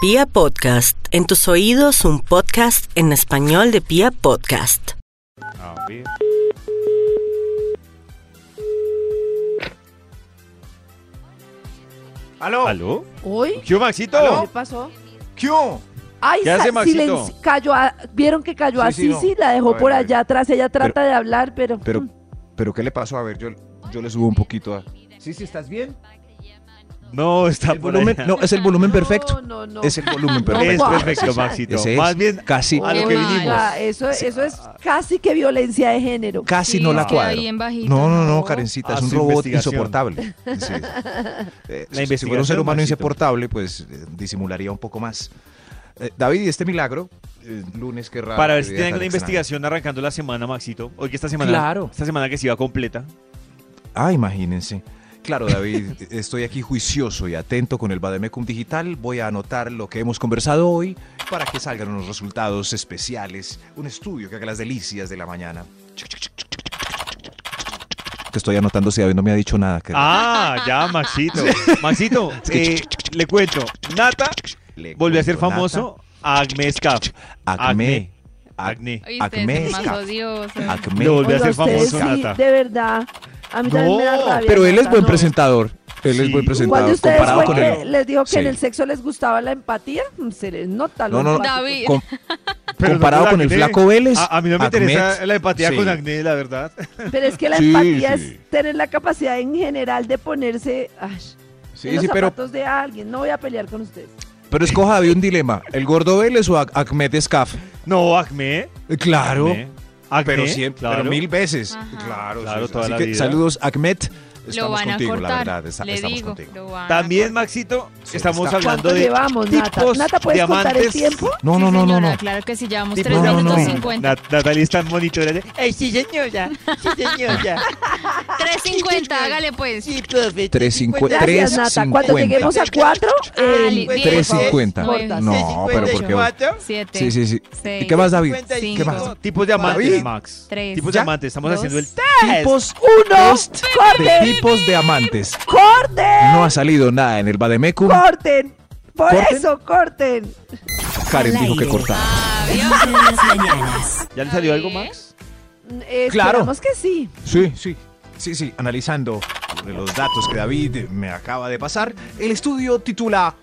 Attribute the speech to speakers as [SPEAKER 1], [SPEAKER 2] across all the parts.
[SPEAKER 1] Pia Podcast, en tus oídos un podcast en español de Pia Podcast.
[SPEAKER 2] ¿Aló?
[SPEAKER 3] ¿Aló?
[SPEAKER 4] ¿Hoy?
[SPEAKER 3] ¿Qué, Maxito?
[SPEAKER 4] ¿Qué pasó?
[SPEAKER 2] ¿Qué hubo?
[SPEAKER 4] Ay,
[SPEAKER 3] ¿Qué hace
[SPEAKER 4] sa-
[SPEAKER 3] Maxito?
[SPEAKER 4] silenci- cayó a- vieron que cayó
[SPEAKER 2] Sí,
[SPEAKER 4] así,
[SPEAKER 2] sí,
[SPEAKER 4] sí,
[SPEAKER 2] no.
[SPEAKER 4] la
[SPEAKER 2] A
[SPEAKER 4] dejó
[SPEAKER 2] ver,
[SPEAKER 4] por
[SPEAKER 2] a ver.
[SPEAKER 4] allá atrás, ella trata de hablar, pero,
[SPEAKER 2] Pero,
[SPEAKER 4] mm,
[SPEAKER 2] pero ¿qué le pasó? A ver, yo, yo le subo un poquito. A...
[SPEAKER 5] Sí, sí, ¿estás bien?
[SPEAKER 3] No, está
[SPEAKER 5] El
[SPEAKER 3] por
[SPEAKER 5] volumen,
[SPEAKER 3] allá.
[SPEAKER 5] no, es el volumen perfecto.
[SPEAKER 4] No, no, no.
[SPEAKER 5] Es el volumen
[SPEAKER 4] No,
[SPEAKER 3] es
[SPEAKER 5] perfecto.
[SPEAKER 4] Juan.
[SPEAKER 3] perfecto, Maxito.
[SPEAKER 5] Ese es
[SPEAKER 3] Más bien, oh,
[SPEAKER 5] casi,
[SPEAKER 3] a lo que
[SPEAKER 6] Oiga,
[SPEAKER 3] vinimos.
[SPEAKER 4] Ah, eso, eso es casi que violencia de género.
[SPEAKER 5] casi
[SPEAKER 6] Sí,
[SPEAKER 5] no la
[SPEAKER 6] es que va
[SPEAKER 5] cuadro.
[SPEAKER 6] bien bajito,
[SPEAKER 5] No, no, no,
[SPEAKER 6] no.
[SPEAKER 5] Karencita,
[SPEAKER 3] Ah,
[SPEAKER 5] es un
[SPEAKER 3] su
[SPEAKER 5] robot
[SPEAKER 3] investigación.
[SPEAKER 5] insoportable. Sí. Eh,
[SPEAKER 3] La
[SPEAKER 5] si fuera un ser
[SPEAKER 3] investigación,
[SPEAKER 5] humano
[SPEAKER 3] Maxito.
[SPEAKER 5] insoportable, pues eh, disimularía un poco más. Eh, David, y este milagro, Eh, lunes, qué raro.
[SPEAKER 3] Para ver
[SPEAKER 5] qué
[SPEAKER 3] si
[SPEAKER 5] día
[SPEAKER 3] tienen
[SPEAKER 5] tan
[SPEAKER 3] una
[SPEAKER 5] extraño.
[SPEAKER 3] investigación arrancando la semana, Maxito. Hoy que esta semana,
[SPEAKER 5] Claro.
[SPEAKER 3] esta semana que se iba completa.
[SPEAKER 5] Ah, imagínense. Claro, David, estoy aquí juicioso y atento con el Bademecum Digital. Voy a anotar lo que hemos conversado hoy para que salgan unos resultados especiales. Un estudio que haga las delicias de la mañana. Te estoy anotando si David no me ha dicho nada. que-
[SPEAKER 3] Ah, ya, Maxito. Maxito,
[SPEAKER 5] que-
[SPEAKER 3] eh, le cuento. Nata
[SPEAKER 5] Le
[SPEAKER 3] volvió a ser
[SPEAKER 5] cuento,
[SPEAKER 3] famoso. Acme Scaf.
[SPEAKER 5] Nata, Acme. Acme.
[SPEAKER 3] Acne.
[SPEAKER 6] Oye, ustedes
[SPEAKER 5] Acme.
[SPEAKER 6] son más
[SPEAKER 5] Scaf.
[SPEAKER 6] odiosos.
[SPEAKER 5] Acme.
[SPEAKER 3] Lo volvió a
[SPEAKER 4] Oiga,
[SPEAKER 3] ser
[SPEAKER 4] ustedes
[SPEAKER 3] famoso,
[SPEAKER 4] sí,
[SPEAKER 3] Nata.
[SPEAKER 4] de verdad. A mí también me da
[SPEAKER 3] No,
[SPEAKER 4] rabia.
[SPEAKER 5] Pero él es
[SPEAKER 4] Nata,
[SPEAKER 5] buen
[SPEAKER 4] no.
[SPEAKER 5] presentador. Él es
[SPEAKER 3] Sí.
[SPEAKER 5] buen
[SPEAKER 4] ¿Cuál
[SPEAKER 5] presentador
[SPEAKER 4] de ustedes
[SPEAKER 5] comparado
[SPEAKER 4] fue
[SPEAKER 5] con
[SPEAKER 4] que
[SPEAKER 5] el...
[SPEAKER 4] les dijo que
[SPEAKER 5] Sí.
[SPEAKER 4] en el sexo les gustaba la empatía? Mm, Se les nota.
[SPEAKER 5] No,
[SPEAKER 4] los
[SPEAKER 5] no, no.
[SPEAKER 4] empáticos.
[SPEAKER 6] David.
[SPEAKER 5] com-
[SPEAKER 3] Pero
[SPEAKER 5] comparado
[SPEAKER 3] no
[SPEAKER 5] con el
[SPEAKER 3] Acme.
[SPEAKER 5] flaco Vélez.
[SPEAKER 3] A, a mí no me
[SPEAKER 5] Acme.
[SPEAKER 3] interesa la empatía
[SPEAKER 5] Sí.
[SPEAKER 3] con Acné, la verdad.
[SPEAKER 4] Pero es que la
[SPEAKER 5] Sí,
[SPEAKER 4] empatía
[SPEAKER 5] sí.
[SPEAKER 4] es tener la capacidad en general de ponerse ay, en
[SPEAKER 5] Sí,
[SPEAKER 4] los
[SPEAKER 5] sí, pero
[SPEAKER 4] zapatos de alguien. No voy a pelear con ustedes.
[SPEAKER 5] Pero escoja David un dilema, ¿el gordo Vélez o Ahmed Scaf?
[SPEAKER 3] No, Acme.
[SPEAKER 5] Eh, Claro,
[SPEAKER 3] Acné. Acné,
[SPEAKER 5] pero siempre,
[SPEAKER 3] claro.
[SPEAKER 5] pero mil veces.
[SPEAKER 6] Ajá.
[SPEAKER 5] Claro, sí,
[SPEAKER 3] Claro,
[SPEAKER 5] sí.
[SPEAKER 3] toda
[SPEAKER 5] Así
[SPEAKER 3] la
[SPEAKER 5] que
[SPEAKER 3] vida.
[SPEAKER 5] saludos Ahmed,
[SPEAKER 6] Lo
[SPEAKER 5] estamos
[SPEAKER 6] van a
[SPEAKER 5] contigo,
[SPEAKER 6] cortar.
[SPEAKER 5] la verdad, está-
[SPEAKER 6] le
[SPEAKER 5] estamos
[SPEAKER 6] digo,
[SPEAKER 5] contigo.
[SPEAKER 6] lo van a
[SPEAKER 3] También,
[SPEAKER 6] cortar.
[SPEAKER 3] Maxito,
[SPEAKER 5] Sí,
[SPEAKER 3] estamos
[SPEAKER 5] está.
[SPEAKER 3] hablando
[SPEAKER 4] ¿Cuánto
[SPEAKER 3] de
[SPEAKER 4] llevamos, Nata?
[SPEAKER 3] tipos,
[SPEAKER 4] Nata, ¿puedes contar el
[SPEAKER 3] diamantes.
[SPEAKER 4] tiempo?
[SPEAKER 5] No, no,
[SPEAKER 6] Sí,
[SPEAKER 5] no, no,
[SPEAKER 6] señora,
[SPEAKER 5] no.
[SPEAKER 6] Claro que sí, llevamos
[SPEAKER 5] Tipo,
[SPEAKER 6] 3
[SPEAKER 5] no,
[SPEAKER 6] minutos
[SPEAKER 5] no.
[SPEAKER 6] 50.
[SPEAKER 3] Nat- Natalia está monitoreando.
[SPEAKER 7] Ay, sí, señora. Sí, señora.
[SPEAKER 6] 3.50, hágale pues.
[SPEAKER 7] Sí, profe.
[SPEAKER 5] Tres cincuenta-
[SPEAKER 4] Gracias,
[SPEAKER 5] Pues Tres
[SPEAKER 4] Nata. Cuando
[SPEAKER 5] cincuenta.
[SPEAKER 4] lleguemos a cuatro,
[SPEAKER 6] Ah,
[SPEAKER 4] eh,
[SPEAKER 6] li-
[SPEAKER 7] Pues,
[SPEAKER 6] diez,
[SPEAKER 5] 3.50.
[SPEAKER 6] nueve,
[SPEAKER 4] Cortas.
[SPEAKER 5] No, pero porque...
[SPEAKER 7] 54,
[SPEAKER 6] 7.
[SPEAKER 5] Sí, sí, sí.
[SPEAKER 6] seis,
[SPEAKER 5] ¿Y qué más, David?
[SPEAKER 6] cinco,
[SPEAKER 5] ¿Qué más?
[SPEAKER 3] Tipos de amantes,
[SPEAKER 5] David.
[SPEAKER 3] Max.
[SPEAKER 6] Tres,
[SPEAKER 3] tipos de
[SPEAKER 6] ¿Ya?
[SPEAKER 3] amantes. Estamos
[SPEAKER 6] dos,
[SPEAKER 3] haciendo el
[SPEAKER 5] Tipos
[SPEAKER 4] uno,
[SPEAKER 5] test de
[SPEAKER 4] corten,
[SPEAKER 5] tipos de amantes.
[SPEAKER 4] corten,
[SPEAKER 5] No ha salido nada en el Bademecum.
[SPEAKER 4] corten. Por
[SPEAKER 5] ¿Corten?
[SPEAKER 4] eso, corten.
[SPEAKER 5] Karen dijo que cortaba.
[SPEAKER 6] Ah, ¿vio?
[SPEAKER 3] ¿Ya le salió algo,
[SPEAKER 6] David.
[SPEAKER 3] Max?
[SPEAKER 4] Eh,
[SPEAKER 5] Claro.
[SPEAKER 4] Esperamos que sí.
[SPEAKER 5] Sí, sí. Sí, sí, analizando los datos que David me acaba de pasar, el estudio titula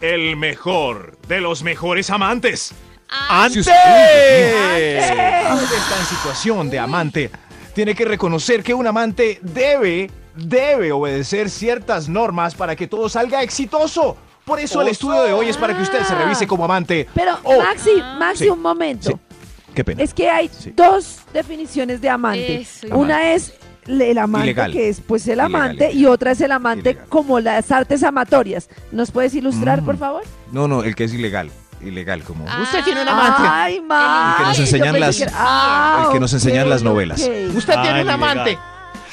[SPEAKER 5] El mejor de los mejores amantes.
[SPEAKER 6] Ah,
[SPEAKER 5] Si usted está en situación de amante, tiene que reconocer que un amante debe, debe obedecer ciertas normas para que todo salga exitoso. Por eso el estudio de hoy es para que usted se revise como amante.
[SPEAKER 4] Pero,
[SPEAKER 5] Oh,
[SPEAKER 4] Maxi,
[SPEAKER 6] Ah.
[SPEAKER 4] Maxi,
[SPEAKER 5] Sí,
[SPEAKER 4] un momento.
[SPEAKER 5] sí. Qué pena.
[SPEAKER 4] Es que hay
[SPEAKER 5] Sí.
[SPEAKER 4] dos definiciones de amante.
[SPEAKER 6] Eso,
[SPEAKER 4] Una es le- el amante,
[SPEAKER 5] Ilegal.
[SPEAKER 4] que es pues el
[SPEAKER 5] Ilegal,
[SPEAKER 4] amante,
[SPEAKER 5] ilegal.
[SPEAKER 4] y otra es el amante
[SPEAKER 5] Ilegal.
[SPEAKER 4] como las artes amatorias. ¿Nos puedes ilustrar,
[SPEAKER 5] Mm.
[SPEAKER 4] por favor?
[SPEAKER 5] No, no, el que es ilegal. Ilegal, como.
[SPEAKER 4] Ah.
[SPEAKER 6] Usted tiene
[SPEAKER 7] una- Amante.
[SPEAKER 8] Ah.
[SPEAKER 4] Ay,
[SPEAKER 5] El
[SPEAKER 4] Max.
[SPEAKER 5] que nos
[SPEAKER 4] yo
[SPEAKER 5] enseñan
[SPEAKER 4] pensé
[SPEAKER 5] las-
[SPEAKER 4] que era- Ah,
[SPEAKER 5] el que nos enseñan
[SPEAKER 4] ok,
[SPEAKER 5] las novelas.
[SPEAKER 4] ok.
[SPEAKER 7] Usted
[SPEAKER 3] Ah,
[SPEAKER 7] tiene un
[SPEAKER 3] ilegal.
[SPEAKER 7] amante.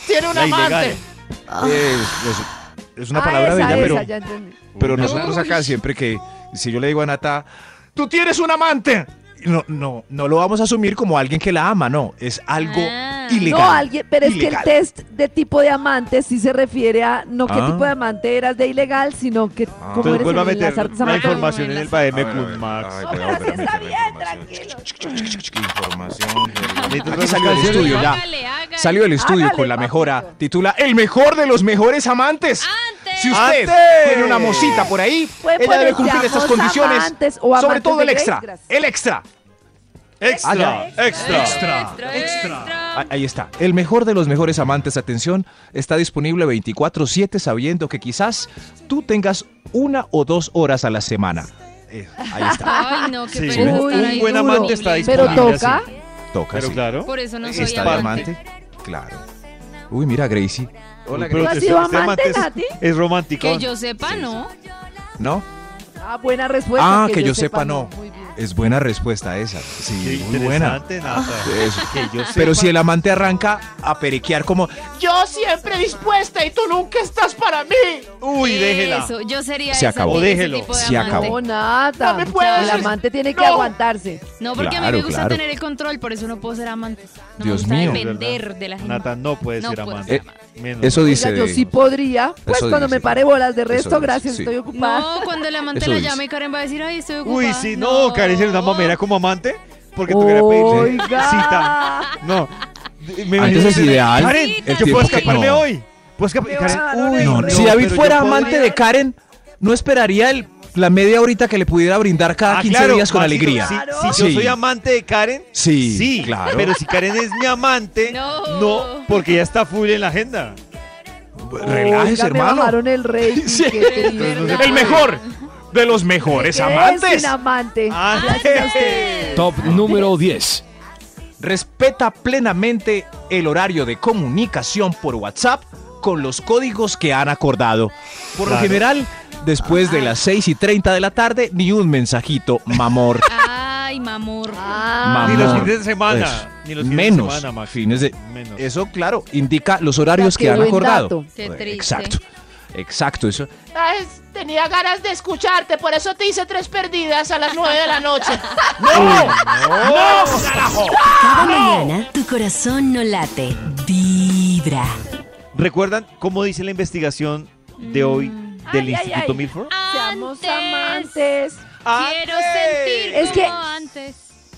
[SPEAKER 7] Tiene un
[SPEAKER 3] La
[SPEAKER 7] amante.
[SPEAKER 3] ilegal.
[SPEAKER 5] Es, es- es una
[SPEAKER 4] Ah,
[SPEAKER 5] palabra
[SPEAKER 4] esa,
[SPEAKER 5] bella,
[SPEAKER 4] esa,
[SPEAKER 5] pero.
[SPEAKER 4] ya entendí.
[SPEAKER 5] Pero nosotros acá siempre que si yo le digo a Nata, tú tienes un amante. No, no, no lo vamos a asumir como alguien que la ama, no. Es algo
[SPEAKER 6] Ah.
[SPEAKER 5] ilegal.
[SPEAKER 4] No, alguien, pero es
[SPEAKER 5] ilegal.
[SPEAKER 4] que el test de tipo de amante sí se refiere a no qué
[SPEAKER 5] Ah.
[SPEAKER 4] tipo de amante eras de ilegal, sino que cómo
[SPEAKER 3] Entonces
[SPEAKER 4] eres
[SPEAKER 3] vuelvo a
[SPEAKER 4] en las
[SPEAKER 3] meter
[SPEAKER 4] artes
[SPEAKER 3] la
[SPEAKER 6] amatorias.
[SPEAKER 3] información en el Bademecum, Max.
[SPEAKER 4] No, pero sí está bien, tranquilo.
[SPEAKER 5] Información. Aquí
[SPEAKER 3] Necesito otra
[SPEAKER 5] salió el
[SPEAKER 3] canción.
[SPEAKER 5] estudio ya.
[SPEAKER 6] Hágale, hágale.
[SPEAKER 5] Salió el estudio
[SPEAKER 4] Hágale,
[SPEAKER 5] con la mejora.
[SPEAKER 4] papito.
[SPEAKER 5] Titula El mejor de los mejores amantes.
[SPEAKER 6] Antes.
[SPEAKER 5] Si usted
[SPEAKER 3] ¡Antes!
[SPEAKER 5] tiene una mosita por ahí,
[SPEAKER 4] Puede
[SPEAKER 5] ella debe
[SPEAKER 4] ponerse
[SPEAKER 5] cumplir estas
[SPEAKER 4] amos,
[SPEAKER 5] condiciones.
[SPEAKER 4] amantes o
[SPEAKER 5] sobre
[SPEAKER 4] amantes
[SPEAKER 5] todo
[SPEAKER 4] de
[SPEAKER 5] el extra.
[SPEAKER 4] Grace, gracias.
[SPEAKER 5] El extra.
[SPEAKER 3] Extra,
[SPEAKER 5] Ah, ya.
[SPEAKER 3] extra.
[SPEAKER 6] Extra, extra.
[SPEAKER 5] Ah, Ahí está. El mejor de los mejores amantes, atención, está disponible 24/7 sabiendo que quizás tú tengas una o dos horas a la semana. Eh, ahí está.
[SPEAKER 6] Ay, no, qué
[SPEAKER 3] Sí.
[SPEAKER 6] pereza
[SPEAKER 3] Un-
[SPEAKER 6] estar
[SPEAKER 3] un
[SPEAKER 6] ahí
[SPEAKER 3] buen
[SPEAKER 6] duro.
[SPEAKER 3] amante está disponible.
[SPEAKER 4] Pero
[SPEAKER 3] Imposible
[SPEAKER 4] toca.
[SPEAKER 5] Toca.
[SPEAKER 3] Pero
[SPEAKER 5] sí.
[SPEAKER 3] claro.
[SPEAKER 6] Por eso no soy
[SPEAKER 5] ¿Está de amante? Claro. Uy, mira, Gracie. Hola,
[SPEAKER 3] Pero
[SPEAKER 4] ¿Tú has
[SPEAKER 3] este-
[SPEAKER 4] sido
[SPEAKER 3] este
[SPEAKER 4] amante,
[SPEAKER 3] es-
[SPEAKER 4] Nati?
[SPEAKER 3] Es romántico.
[SPEAKER 6] Que yo sepa, no.
[SPEAKER 5] ¿No?
[SPEAKER 4] Ah, buena respuesta.
[SPEAKER 5] Ah, que yo sepa, no.
[SPEAKER 4] Muy bien.
[SPEAKER 5] Es buena respuesta esa.
[SPEAKER 3] Qué
[SPEAKER 5] Sí, muy buena.
[SPEAKER 3] interesante, Nata.
[SPEAKER 5] Eso.
[SPEAKER 3] Que yo
[SPEAKER 5] Pero
[SPEAKER 3] sepa.
[SPEAKER 5] si el amante arranca a perequear como...
[SPEAKER 7] Yo siempre dispuesta y tú nunca estás para mí.
[SPEAKER 3] Uy, déjela.
[SPEAKER 6] Eso, yo sería
[SPEAKER 5] Se
[SPEAKER 6] esa-
[SPEAKER 5] acabó.
[SPEAKER 6] ese
[SPEAKER 3] Déjelo.
[SPEAKER 6] tipo de
[SPEAKER 5] Se
[SPEAKER 6] amante.
[SPEAKER 5] acabó.
[SPEAKER 4] No, nada.
[SPEAKER 7] No me puedes.
[SPEAKER 4] El amante tiene que
[SPEAKER 7] No.
[SPEAKER 4] aguantarse.
[SPEAKER 6] No, porque a mí
[SPEAKER 5] Claro,
[SPEAKER 6] me gusta
[SPEAKER 5] claro.
[SPEAKER 6] tener el control, por eso no puedo ser amante. No
[SPEAKER 5] Dios
[SPEAKER 6] me
[SPEAKER 5] mío.
[SPEAKER 6] gusta depender de la gente.
[SPEAKER 3] Nata no puede
[SPEAKER 6] No
[SPEAKER 3] ser
[SPEAKER 6] puedo
[SPEAKER 3] amante.
[SPEAKER 5] Eh,
[SPEAKER 6] ser amante.
[SPEAKER 3] Menos.
[SPEAKER 5] Eso dice.
[SPEAKER 4] Oiga, yo sí podría. Pues
[SPEAKER 5] Eso
[SPEAKER 4] cuando
[SPEAKER 5] dice.
[SPEAKER 4] me pare bolas de resto,
[SPEAKER 5] dice,
[SPEAKER 4] gracias,
[SPEAKER 5] sí.
[SPEAKER 4] estoy ocupada.
[SPEAKER 6] No, cuando el amante
[SPEAKER 5] Eso
[SPEAKER 6] la
[SPEAKER 5] dice.
[SPEAKER 6] llame y Karen va a decir, ay, estoy ocupada.
[SPEAKER 3] Uy, sí, no, Karen sería una mamera como amante. Porque tú querías pedirle
[SPEAKER 4] Oiga.
[SPEAKER 3] cita. No. de- Me
[SPEAKER 5] Antes
[SPEAKER 3] imagino-
[SPEAKER 5] es ideal.
[SPEAKER 3] Karen,
[SPEAKER 6] Sí,
[SPEAKER 3] yo
[SPEAKER 6] también.
[SPEAKER 3] puedo escaparme
[SPEAKER 5] No.
[SPEAKER 3] hoy. Puedo escaparme.
[SPEAKER 4] Me
[SPEAKER 3] Karen,
[SPEAKER 4] bajaron
[SPEAKER 3] uy,
[SPEAKER 4] el
[SPEAKER 3] no,
[SPEAKER 4] rey.
[SPEAKER 5] si
[SPEAKER 3] pero
[SPEAKER 5] David
[SPEAKER 3] yo
[SPEAKER 5] fuera
[SPEAKER 3] puedo-
[SPEAKER 5] amante de Karen, no esperaría el- la media horita que le pudiera brindar cada
[SPEAKER 3] Ah,
[SPEAKER 5] 15
[SPEAKER 3] claro,
[SPEAKER 5] días con
[SPEAKER 3] Maxito,
[SPEAKER 5] alegría.
[SPEAKER 3] Si,
[SPEAKER 4] Claro.
[SPEAKER 3] si yo
[SPEAKER 5] Sí.
[SPEAKER 3] soy amante de Karen,
[SPEAKER 5] Sí,
[SPEAKER 3] sí,
[SPEAKER 5] claro.
[SPEAKER 3] Pero si Karen es mi amante,
[SPEAKER 6] No.
[SPEAKER 3] no, porque ya está full en la agenda.
[SPEAKER 5] Relájese,
[SPEAKER 4] Oiga, Me
[SPEAKER 5] hermano.
[SPEAKER 4] bajaron el rey.
[SPEAKER 5] Sí.
[SPEAKER 6] El
[SPEAKER 5] de los mejores
[SPEAKER 4] amantes. Sin amante.
[SPEAKER 3] Ah. Ándale.
[SPEAKER 9] Top número 10.
[SPEAKER 5] Respeta plenamente el horario de comunicación por WhatsApp con los códigos que han acordado. Por lo
[SPEAKER 3] Claro.
[SPEAKER 5] general, después
[SPEAKER 4] Ah.
[SPEAKER 5] de las 6 y 30 de la tarde, ni un mensajito, mamor.
[SPEAKER 6] Ay, mamor.
[SPEAKER 5] Mamor.
[SPEAKER 4] Ah.
[SPEAKER 3] Ni los fines de semana.
[SPEAKER 5] Eso.
[SPEAKER 3] Ni los fines
[SPEAKER 5] Menos
[SPEAKER 3] de semana, Max.
[SPEAKER 5] fines de-
[SPEAKER 3] Menos.
[SPEAKER 5] Eso, claro, indica los horarios
[SPEAKER 4] Ya, qué
[SPEAKER 5] que han
[SPEAKER 4] buen
[SPEAKER 5] acordado.
[SPEAKER 4] dato.
[SPEAKER 6] Qué
[SPEAKER 5] Eh,
[SPEAKER 6] triste.
[SPEAKER 5] Exacto. Exacto, eso.
[SPEAKER 7] Ay, tenía ganas de escucharte, por eso te hice tres perdidas a las nueve de la noche.
[SPEAKER 1] Cada mañana tu corazón no late, vibra.
[SPEAKER 3] ¿Recuerdan cómo dice la investigación de hoy del
[SPEAKER 4] Ay, ay,
[SPEAKER 3] Instituto
[SPEAKER 4] ay.
[SPEAKER 3] Milford?
[SPEAKER 4] Seamos
[SPEAKER 6] Antes.
[SPEAKER 4] amantes.
[SPEAKER 6] Ah, Quiero sentir
[SPEAKER 4] Es que-
[SPEAKER 6] como antes.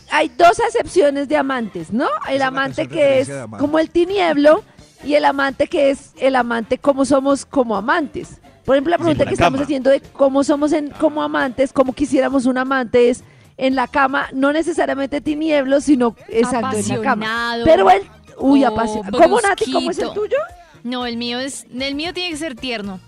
[SPEAKER 4] Hay dos acepciones de amantes, ¿no? El
[SPEAKER 2] una
[SPEAKER 4] amante
[SPEAKER 2] canción
[SPEAKER 4] que es
[SPEAKER 2] referencia de amante.
[SPEAKER 4] como el tinieblo y el amante que es el amante como somos como amantes. Por ejemplo, la pregunta
[SPEAKER 3] la
[SPEAKER 4] que estamos
[SPEAKER 3] cama.
[SPEAKER 4] haciendo de cómo somos en, como amantes, cómo quisiéramos un amante es en la cama, no necesariamente tinieblo, sino exacto en la cama.
[SPEAKER 6] Apasionado.
[SPEAKER 4] Pero el uy,
[SPEAKER 6] o
[SPEAKER 4] apasionado. ¿Cómo Nati? ¿Cómo es el
[SPEAKER 6] brusquito.
[SPEAKER 4] tuyo?
[SPEAKER 6] No, el mío es, el mío tiene que ser tierno.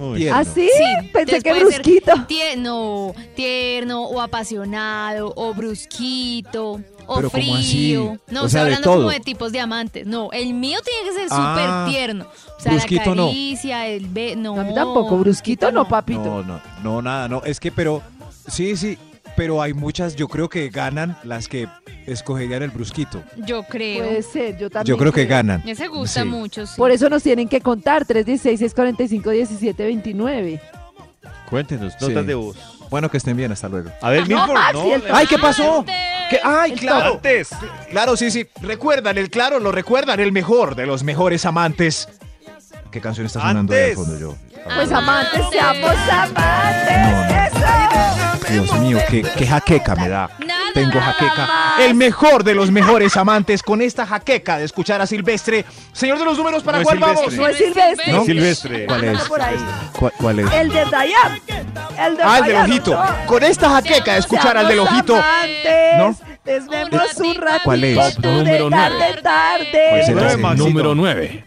[SPEAKER 3] Uy,
[SPEAKER 5] Tierno.
[SPEAKER 4] ¿Así?
[SPEAKER 6] Sí,
[SPEAKER 4] ¿Ah, Pensé
[SPEAKER 6] entonces
[SPEAKER 4] que
[SPEAKER 6] puede ser
[SPEAKER 4] brusquito.
[SPEAKER 6] Tierno, tierno o apasionado o brusquito o
[SPEAKER 5] Pero ¿cómo
[SPEAKER 6] frío.
[SPEAKER 5] así?
[SPEAKER 6] No,
[SPEAKER 5] O
[SPEAKER 6] estoy
[SPEAKER 5] sea, de
[SPEAKER 6] hablando
[SPEAKER 5] todo.
[SPEAKER 6] como de tipos de amantes. No, el mío tiene que ser súper
[SPEAKER 5] Ah,
[SPEAKER 6] tierno. O sea,
[SPEAKER 5] brusquito
[SPEAKER 6] la
[SPEAKER 5] no.
[SPEAKER 6] caricia, el be no.
[SPEAKER 4] A mí tampoco, brusquito no, papito.
[SPEAKER 5] No, no, no, nada, no. Es que, pero, sí, sí, pero hay muchas, yo creo que ganan las que escogerían el brusquito.
[SPEAKER 6] Yo creo.
[SPEAKER 4] Puede ser, yo también.
[SPEAKER 5] Yo creo que ganan.
[SPEAKER 6] Ese gusta
[SPEAKER 5] Sí.
[SPEAKER 6] mucho, sí.
[SPEAKER 4] Pues, Por eso nos tienen que contar 316-645-1729.
[SPEAKER 3] Cuéntenos, notas
[SPEAKER 5] Sí.
[SPEAKER 3] de voz.
[SPEAKER 5] Bueno, que estén bien, hasta luego.
[SPEAKER 3] A ver, Milford, no.
[SPEAKER 4] Maxi, el
[SPEAKER 3] la-
[SPEAKER 5] ¡Ay, qué pasó!
[SPEAKER 6] Antes.
[SPEAKER 5] ¿Qué? ¡Ay, claro!
[SPEAKER 3] Antes.
[SPEAKER 5] Claro, sí, sí. Recuerdan el claro, lo recuerdan, el mejor de los mejores amantes. ¿Qué canción está sonando ahí al
[SPEAKER 3] Antes.
[SPEAKER 5] fondo yo?
[SPEAKER 4] Pues amantes,
[SPEAKER 6] Amantes.
[SPEAKER 4] seamos amantes. ¡Eso!
[SPEAKER 5] Dios mío, qué, qué jaqueca me da.
[SPEAKER 6] Nada.
[SPEAKER 5] Tengo jaqueca. El mejor de los mejores amantes con esta jaqueca de escuchar a Silvestre. Señor de los números, ¿para
[SPEAKER 3] No es
[SPEAKER 5] cuál vamos?
[SPEAKER 3] Silvestre.
[SPEAKER 4] No es silvestre.
[SPEAKER 3] No, Silvestre.
[SPEAKER 5] ¿Cuál es?
[SPEAKER 4] Por ahí.
[SPEAKER 5] ¿Cuál, cuál es?
[SPEAKER 4] El de Dayan. El de
[SPEAKER 5] Ah, el del
[SPEAKER 4] Dayan,
[SPEAKER 5] ojito.
[SPEAKER 4] ¿no?
[SPEAKER 5] Con esta jaqueca de escuchar al del
[SPEAKER 4] Seamos
[SPEAKER 5] ojito.
[SPEAKER 4] Amantes,
[SPEAKER 5] ¿No?
[SPEAKER 4] Desvemos un
[SPEAKER 6] Un ratito.
[SPEAKER 4] ratito.
[SPEAKER 5] ¿Cuál es?
[SPEAKER 4] de
[SPEAKER 9] Número
[SPEAKER 4] tarde,
[SPEAKER 6] nueve.
[SPEAKER 4] tarde.
[SPEAKER 5] Pues
[SPEAKER 3] el-
[SPEAKER 5] entonces,
[SPEAKER 3] Nueve, Maxito.
[SPEAKER 9] Número 9.